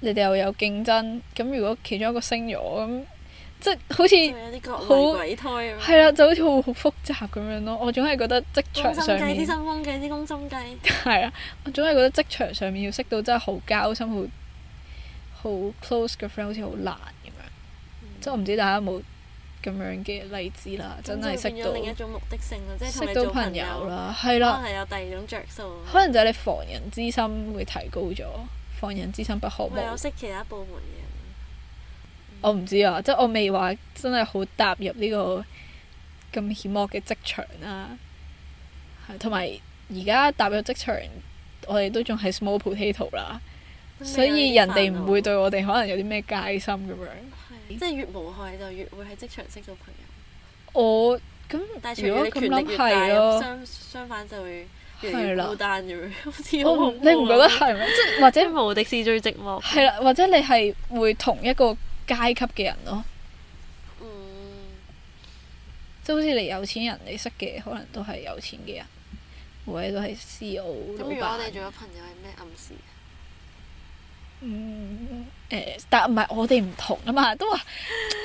你哋又有競爭，咁如果其中一個升咗，咁即係好似。
即係有啲各為鬼胎啊咁樣。
係啦，就好似好好複雜咁樣咯。我總係覺得職
攻
場
心
上
計之
面
心風計之攻心計。
係啊，我總係覺得職場上面要識到真係好交心、好好 close 嘅 friend，好似好難咁樣。即係我唔知大家有冇咁樣嘅例子啦，真係識
變咗
到
另一種目的性啦，即係同
識
你
到
做
朋
朋
友
友，啊
啦，係
可
啦
能，係有第二種着數。
可能就係你防人之心會提高咗，防人之心不可無
會。有識其他部門嘅人。
我唔知啊，即係我未話真係好踏入呢個咁險惡嘅職場啦、係同埋而家踏入職場，我哋都仲係 small potato 啦，所以人哋唔會對我哋可能有啲咩戒心咁樣。
係，即係越無害就越會喺職場識到朋友。
我咁
但係隨
如
住
果
你
咁
權力
諗
越
係
大，
咯，
相相反就會越嚟
係
越孤
啦，
單咁樣，好似好
我唔
恐怖
你唔覺得
咁樣？
係咩？即係或者
即係無敵是最寂寞。
係啦，或者你係會同一個階級嘅人咯，
嗯，
即係好似你有錢人，你識嘅可能都係有錢嘅人，或者都係 CEO
咁
老
如果我哋
闆。
做咗朋友係咩暗示？啊
嗯誒、但唔係我哋唔同啊嘛，都 話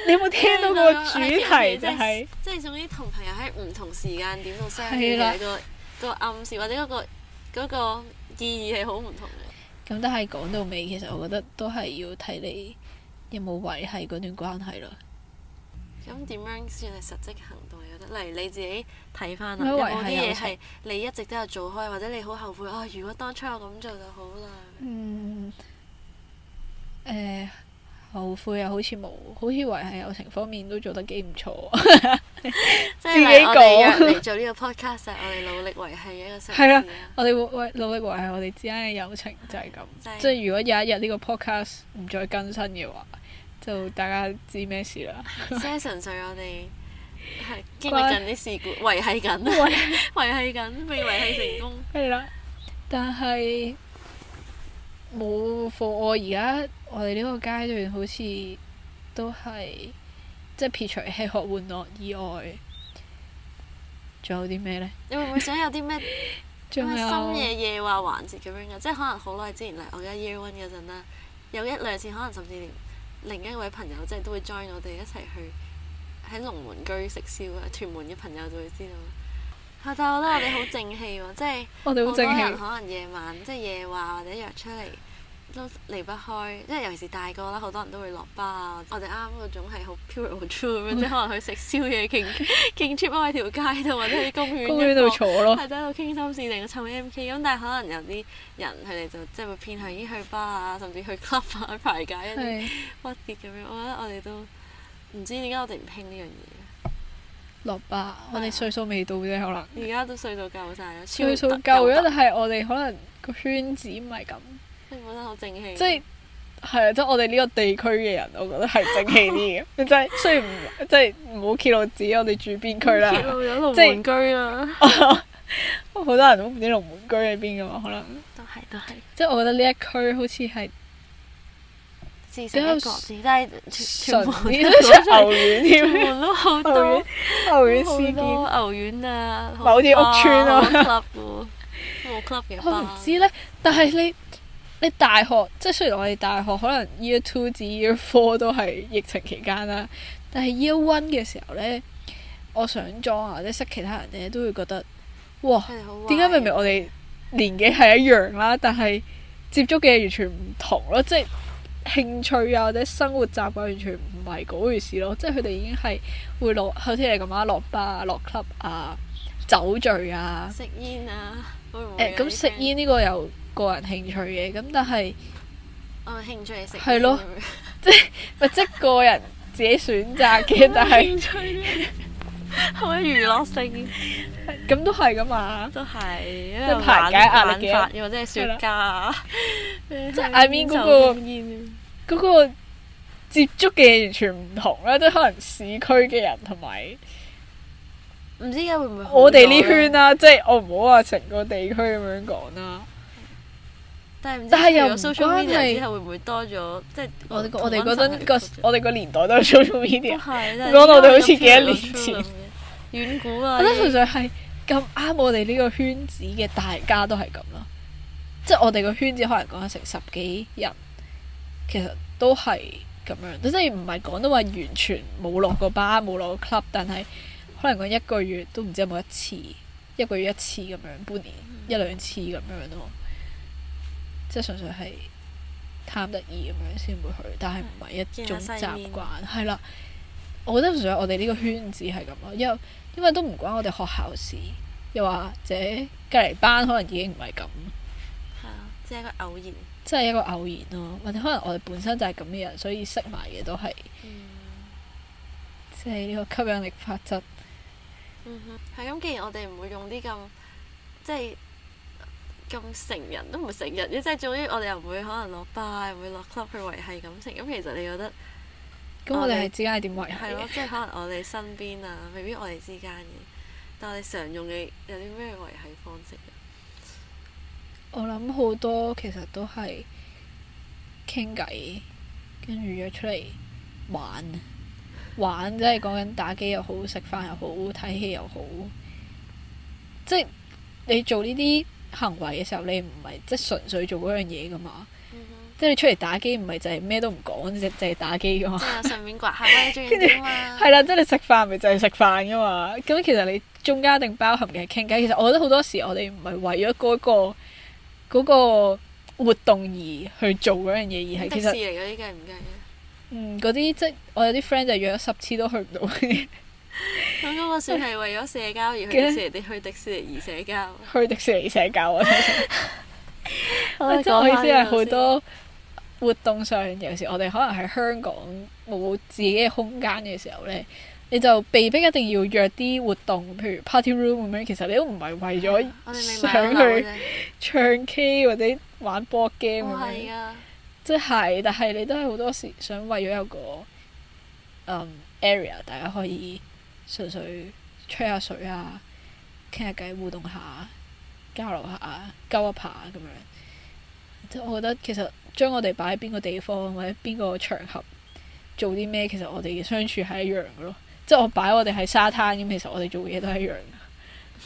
你有冇聽到個主題就係、
即係總之同朋友喺唔同時間點度相遇
係啦
嘅個個暗示或者嗰個嗰個意義係好唔同嘅。
咁，但係講到尾，其實我覺得都係要睇你有冇維係嗰段關係咯。
咁點樣算係實質嘅行動？有得，例如你自己睇翻啊，
咩
有
為
冇啲
係友
嘢
情
係你一直都有做開，或者你好後悔啊？如果當初我咁做就好啦。
嗯誒、後悔啊，好似冇，好似維係友情方面都做得幾唔錯。
即係
自己
例如我哋
講
約你做呢個 podcast，就係我哋努力維係嘅一個嘗
係
試
啦
啊。
我哋會努力維係我哋之間嘅友情就係
就係
咁，即係如果有一日呢個 podcast 唔再更新嘅話，就大家知咩事 啦。
即係純粹我哋係經歷緊啲事故，維係緊， 維係緊，未維係成功。
係啦，但係冇貨。我而家我哋呢個階段好似都係即係撇除吃喝玩樂以外，仲有啲咩呢？
你會唔會想有啲咩
仲
咩啊深
有
夜夜話環節咁樣嘅？即係可能好耐之前嚟我而家 year one 嗰陣啦，有一兩次可能甚至連另一位朋友即係都會 join 我哋一齊去喺龍門居食宵啊，屯門嘅朋友就會知道啦。啊但係我覺得我哋好正氣喎，即係
我哋好
好多
正
人
氣，
可能夜晚即係夜話或者約出嚟都離不開，即係尤其是大個啦，好多人都會落巴啊。我哋啱啱嗰種係好 pure and true 咁樣，即係可能去食宵夜、傾傾 trip 喺條街度，或者喺公園
公園度
一個
坐咯，
係喺度傾心事定湊 M K 咁，但係可能有啲人佢哋就即係會偏向於去巴啊，甚至去 club 啊排解一啲
係
鬱結咁樣。我覺得我哋都唔知點解我哋唔興呢樣嘢，
落巴。我哋歲數未到啫，可能
而家都歲數夠晒啦，超
歲數
得
夠咗，
得
但係我哋可能個圈子唔係咁，
你本身好正氣，
即係係啊，即係我哋呢個地區嘅人，我覺得係正氣啲嘅。 即係雖然唔即係唔好揭露自己，我哋住邊區啦。
揭露咗龍
即係
門居啊，
好多人都唔知龍門居喺邊噶嘛，可能
都係都係。
即係我覺得呢一區好似係
自成一國字，但係全
純
全部
啲， 牛丸
全
添，
部都好
牛丸
多
牛丸
好
事件。
多牛丸啊，
某啲屋村啊
啊冇 club 嘅，冇 club 嘅
我唔
吧
知咧，但係你你大學即係雖然我哋大學可能 year two 至 year four 都係疫情期間啦，但係 year one 嘅時候咧，我上莊啊或者識其他人咧，都會覺得哇
佢，哋好壞啊
點解明明我哋年紀係一樣啦，但係接觸嘅嘢完全唔同咯，即係興趣啊或者生活習慣完全唔係嗰回事咯，即係佢哋已經係會落好似你咁啊，落巴啊、落 club 啊、酒醉啊。
食煙啊？會唔會
誒
有啲
咁食
friend-
煙呢個有個人興趣嘅，咁但係
我有哦興趣係食煙
係
咁
咯
樣
咪即係個人自己選 擇嘅，但係
興趣咩 係咪娛樂性
咁都係噶嘛。
都係，即
係排解壓力嘅
法，或者係雪茄啊，
即
即
係 I mean 嗰個嗰個接觸嘅嘢完全唔同啦，即係可能市區嘅人同埋
唔知而家會唔會好啊
我哋呢
咗
圈
咧，
啦，即係我唔好話成個地區咁樣講啦。
但係唔知
但係又
除咗
唔
social
關
media
係
之後會唔會多咗即係
我哋
同
我哋嗰
溫層係
陣哦個
多咗
我哋個年代都有 social
都
media，
係，
講到我哋好似幾多年前
遠古
我
啊
覺，得純粹係咁啱我哋呢個圈子嘅大家都係咁咯。即係我哋個圈子可能講緊成十幾人，其實都係咁樣，即係唔係講到話完全冇落過巴冇落過 club，但係可能講一個月都唔知有冇一次，一個月一次咁樣，半年一兩次咁樣咯。即係純粹係貪得意咁樣先會去，但係唔係一種
見下世
習
面
慣，係啦。我覺得純粹我哋呢個圈子係咁咯，因為因為都唔關我哋學校事，又或者隔離班可能已經唔係咁。
係啊，即係一個偶然。
即係一個偶然咯，或者可能我哋本身就係咁嘅人，所以識埋嘅都係嗯即係呢個吸引力法則。
嗯哼，係咁。既然我哋唔會用啲咁即係咁成人都唔係成人嘅，即係總之我哋又唔會可能落巴，又唔會落 club 去維係感情。咁其實你 覺得
咁
我
我哋
哋
係之間係點維係
係咯
嘅？？
即係可能我哋身邊啊，未必我哋之間嘅，但我哋常用嘅有啲咩維係方式啊？
我諗好多其實都係傾偈，跟住約出嚟玩，玩即係講緊打機又好，食飯又好，睇戲又好。即係你做呢啲行為嘅時候，你唔係即係純粹做嗰樣嘢噶嘛？
嗯
即係你出嚟打機唔係就係咩都唔講，就就係打機噶嘛
哼，即？係順便刮下威中意啲 嘛。
係啦，即係你食飯咪就係食飯噶嘛。咁其實你中間一定包含嘅係傾偈。其實我覺得好多時我哋唔係為咗嗰、個嗰、個活動而去做嗰樣嘢，而
迪
係其
士
實
尼嗰啲計唔計啊？
嗯嗰啲即係我有啲 friend 就約咗十次都去唔到 嘅
咁嗰個算係為咗社交而去迪士尼，去迪士尼而社交。
去迪士尼社交啊！即係
係
我意思係好多活動上，有時我哋可能喺香港冇自己嘅空間嘅時候咧，你就被逼一定要約啲活動，譬如 party room 咁樣。其實你都唔係為咗
啊我哋未買
想
樓嘅
去
啫，
唱 K 或者玩 board game
我
咁樣
係，啊，
即係但係你都係好多時想為咗有個嗯 area，大家可以純粹吹下水啊，傾下偈，互動下，交流下，鳩一下咁樣。即係我覺得其實將我哋擺喺邊個地方或者邊個場合做啲咩，其實我哋嘅相處係一樣嘅咯。即係我擺我哋喺沙灘咁，其實我哋做嘢都係一樣 嘅。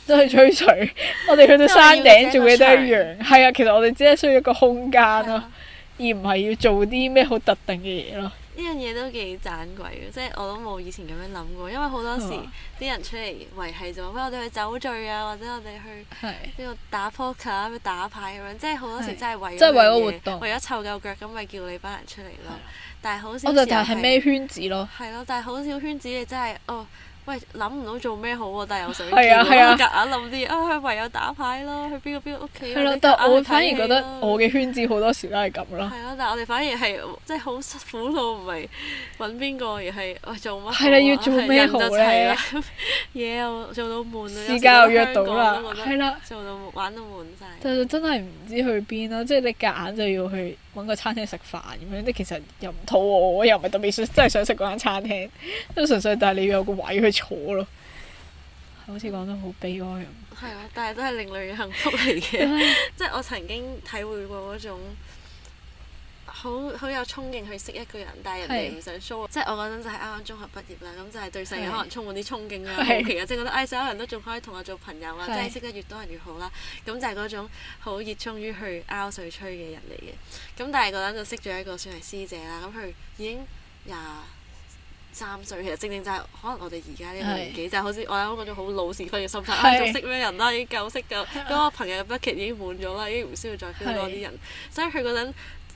即係吹水，我哋去到山頂做嘢都係一樣。係啊，其實我哋只係需要一個空間
係
咯
啊。
而唔係要做啲咩好特定嘅嘢咯。
呢樣嘢都幾盞鬼嘅，即係我都冇以前咁樣諗過，因為好多時
係嘛
啲人出嚟維係就話咩我哋去酒醉啊，或者我哋去
係
呢個打 poker 去打牌咁樣，即係好多時
係
真係為咗
即係為咗
樣嘢
活動
為咗湊夠腳咁咪叫你班人出嚟咯。但係好少
我
時候
哦就就係咩圈子咯，
係咯，但係好少圈子你真係哦，喂諗唔到做咩好喎，但係又想叫，
係啊係啊
我夾硬諗啲嘢啊，唯有打牌咯，去邊個邊個屋企啊。
係咯
你，
但
夾硬
我
去睇
反而覺得
戲咯
我嘅圈子好多時都係咁咯。
係咯，啊但係我哋反而係即係好苦惱，唔係揾邊個，而係喂做乜好啊？
係啦要做
係
咩
人
好
就
呢
齊啦， 嘢又做到悶啦，
時間又約到
有時
啦
覺得，香港都覺得
係啦，
做到玩到悶晒。
但就真係唔知去邊咯，即係你夾硬就要去揾個餐廳食飯咁樣，你其實又唔肚餓，我又唔係特別想真係想食嗰間餐廳，都純粹但係你要有個位去坐咯。好似講得好悲哀咁，
係咯，但係都係另類嘅幸福嚟
嗯
嘅，即係我曾經體會過嗰種好好有衝勁去識一個人，但係人哋
係
唔想 show。即係我嗰陣就係啱啱中學畢業啦，咁就係對世界
係
可能充滿啲憧憬啊、好
係
奇啊，即係覺得唉，所有人都仲可以同我做朋友啊，即
係
係識得越多人越好啦。咁就係嗰種好熱衷於去拗水吹嘅人嚟嘅。咁但係嗰陣就識咗一個算係師姐啦，咁佢已經廿三歲，其實正正就係可能我哋而家呢個年紀，就係好似我啱啱嗰種好老是分嘅心態，唉仲
係
識咩人啦，已經夠識夠，咁我朋友嘅 bucket 已經滿咗啦，已經唔需要再 feel 多啲人，所以佢嗰陣。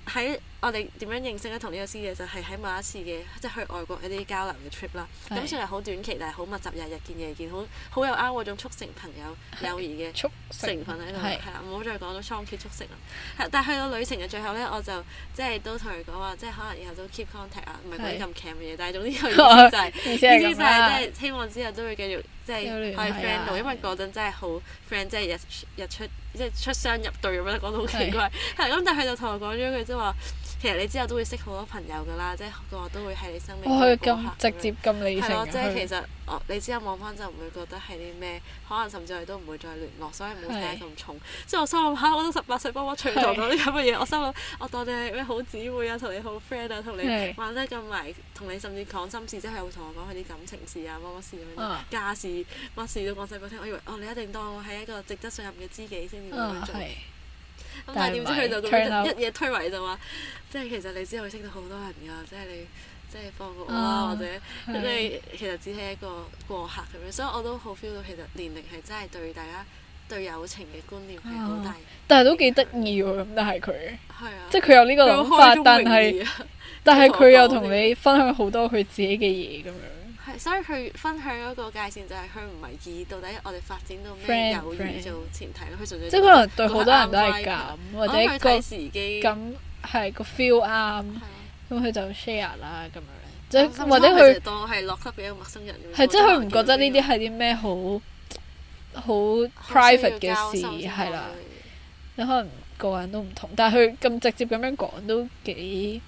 喺我哋點樣認識咧？同呢個師姐就係喺某一次嘅，即係去外國一啲交流嘅 trip 啦。
係
咁算係好短期，但係好密集，日日見夜見，好好有啱嗰種促成朋友友誼嘅
促
成分喺度，係
係
啦，唔好再講到倉頡速成啦。係但係去到旅程嘅最後咧，我就即係都同佢講話，即係可能以後都 keep contact 啊，唔係講啲
係
咁 cam 嘅嘢，但係總之佢意思就係、
意思
意
係
思
咁
就
啦
係即係希望之後都會繼續即係
有聯繫
可以 friend 到，
啊
因為嗰陣真係好 friend，即係日日出即係出雙入對咁樣，講到好奇怪。係咁，但係佢就同我講咗一句即係話，其實你之後都會識好多朋友㗎啦，即係個個都會喺你生命
哇！
嘅
佢
過客
咁
咁
直
樣
接咁理
係
性
咯，
嘅，
即係
佢
其實我你之後望翻就唔會覺得係啲咩，可能甚至我哋都唔會再聯絡，所以唔好睇得咁重。即係我心諗嚇，我都十八歲，幫我隨堂講啲咁嘅嘢，我心諗我當你係咩好姊妹啊，同你好 friend 啊，同你
係
玩得咁埋，同你甚至講心事，即係佢會同我講佢啲感情事啊，乜乜事咁樣
啊，
家事乜事都講晒俾我聽。我以為哦，你一定當我係一個值得信任嘅知己先至會咁
啊
樣做。
係
咁但係點知佢就咁
但係唔係 turn
樣
out
一嘢推埋就話，即係其實你之後會識到好多人㗎，即係你即係放過我
啊
啦，或者即
係
係其實只係一個過客咁樣，所以我都好 feel 到其實年齡係真係對大家對友情嘅觀念
啊
係好大，
但係都幾得意喎咁，但係佢
係啊，
即係佢有呢個
佢
諗
好開
法
宗，
但
明
係
義啊
但係佢又
同我
同
講
你分享好多佢自己嘅嘢咁樣，
係，所以佢分享嗰個界線就係佢唔係以到底我哋發展到
Friend，
咩友
friend
誼做前提咯，佢純粹
即係可能對好多人都
嗰
係
個啱
咁，
我諗
或
佢
者
睇
個
時機係
咁係個 feel 啱，
啊
咁佢就 share 啦咁樣，即係
甚至
或者
可能
佢
就當我係落級嘅一個陌生人咁樣，
係即係佢唔覺
覺
得呢啲係啲咩好好 private 嘅
好需
事
要交心
係啦
先可，以
你可能個人都唔同，但係佢咁直接咁樣講都幾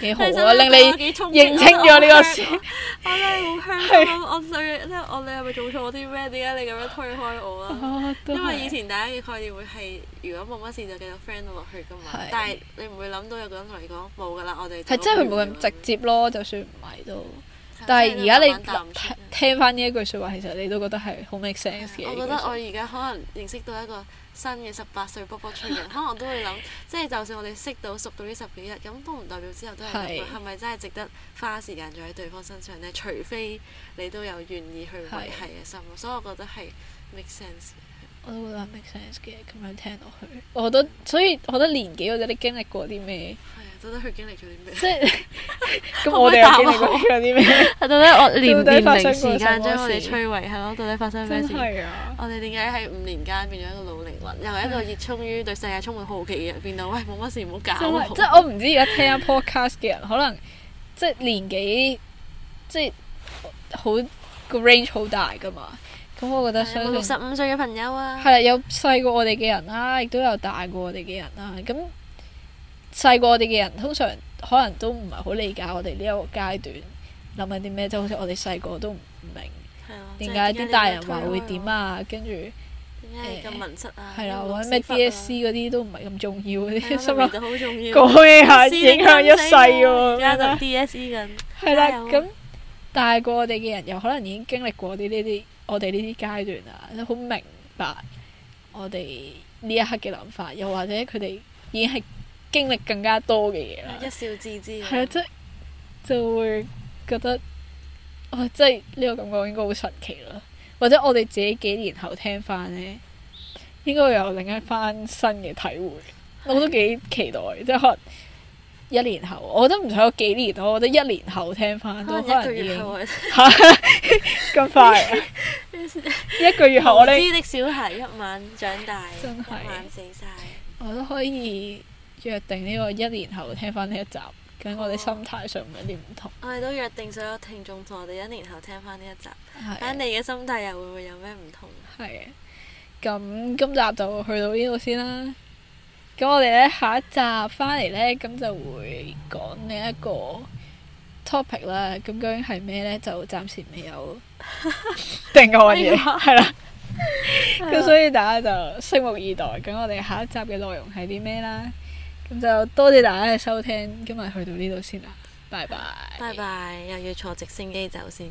幾好
你
啊，令你。
你
認清咗呢個事，
我真係好香港，我對即係我你係咪做錯咗啲咩？點解你咁樣推開我啊？
啊 都
因為
係
以前大家嘅概念會係，如果冇乜事就繼續 friend 到落去噶嘛
係。
但係你唔會諗到有個人同你講冇噶啦，我哋
係真係佢冇咁直接咯，就算唔係都。但係而家
慢慢淡
你
出
聽聽翻呢一句説話，其實你都覺得係好 make sense 嘅。
我
呢句
覺得我
説
而家可能認識到一個新嘅十八歲卜卜脆嘅人，可能我都會諗， 即係就算我哋識到熟到呢十幾日，咁都唔代表之後都係咁
係
樣。係咪真係值得花時間再喺對方身上呢？除非你都有願意去維
係
係嘅心咯，所以我覺得係 make sense 嘅。
我都覺得係 make sense 嘅，咁樣聽落去，我覺得所以我覺得年紀或者你經歷過啲咩，
係啊，到底佢經歷咗啲咩？
即 係
可
咁
唔
我
可以
哋
答
又經歷過
我
啲 咩？
到底我
年到底發生過年齡時間將
將
我
我
哋
哋
摧
摧毀係咯？到底發生咩
真
事？
係啊！
我哋點解喺五年間變咗一個老靈魂，又係一個熱衷於對世界充滿好奇嘅人，變到喂冇乜事唔好搞
真係啊
我啊
即係我唔知而家聽 podcast 嘅人，可能即係年紀即係好個 range 好大噶嘛。咁我覺得
係啊
相
有冇六
信
十五歲嘅朋友啊，
係啦，有細過我哋嘅人啦，亦都有大過我哋嘅人啦。咁細過我哋嘅人通常可能都唔係好理解我哋呢一個階段諗緊啲咩，即係好似我哋細個都唔明
係啊
點解啲大人話會？
即係點解你咁樣推開我
點啊，跟住
點解你咁文質啊？
係啦，
你冇
或者咩
師法啊
DSE 嗰啲都唔係咁重要嗰啲，心
係啊
諗
明明就好重要。
講嘢下
師
影
你
響一世
咁細啊而
喎咁樣
家就
啦。
DSE 緊。
係啦，
加油
咁大過我哋嘅人，又可能已經經歷過啲呢啲我哋呢啲階段啊，都好明白我哋呢一刻嘅諗法，又或者佢哋已經係經歷更加多嘅嘢啦。
一笑置之。
係啦，即係就會覺得，哇、即係呢個感覺應該好神奇啦。或者我哋自己幾年後聽翻呢，應該會有另一番新嘅體會。我都幾期待，即係可能一年後，我覺得唔使有幾年，我覺得一年後聽翻
可
都
能
可
一個
能已
月
經
後， 啊
嚇咁快 啊，一個月後我
無
哋
知的小孩一晚長大，
真
一
係
晚死晒。
我都可以約定呢個一年後聽翻呢一集，咁我哋心態上有啲唔同。
我哋都約定所有聽眾同我哋一年後聽翻呢一集，睇
係
你嘅心態又會唔會有咩唔同？
係，咁今集就去到呢度先啦。咁我哋咧下一集翻嚟咧，咁就會講另一個 topic 啦。咁究竟係咩咧？就暫時未有 定個嘢，係 啦。咁所以大家就拭目以待。咁我哋下一集嘅內容係啲咩啦？咁就多謝大家嘅收聽，今日去到呢度先啦，拜拜。
拜拜，又要坐直升機走先。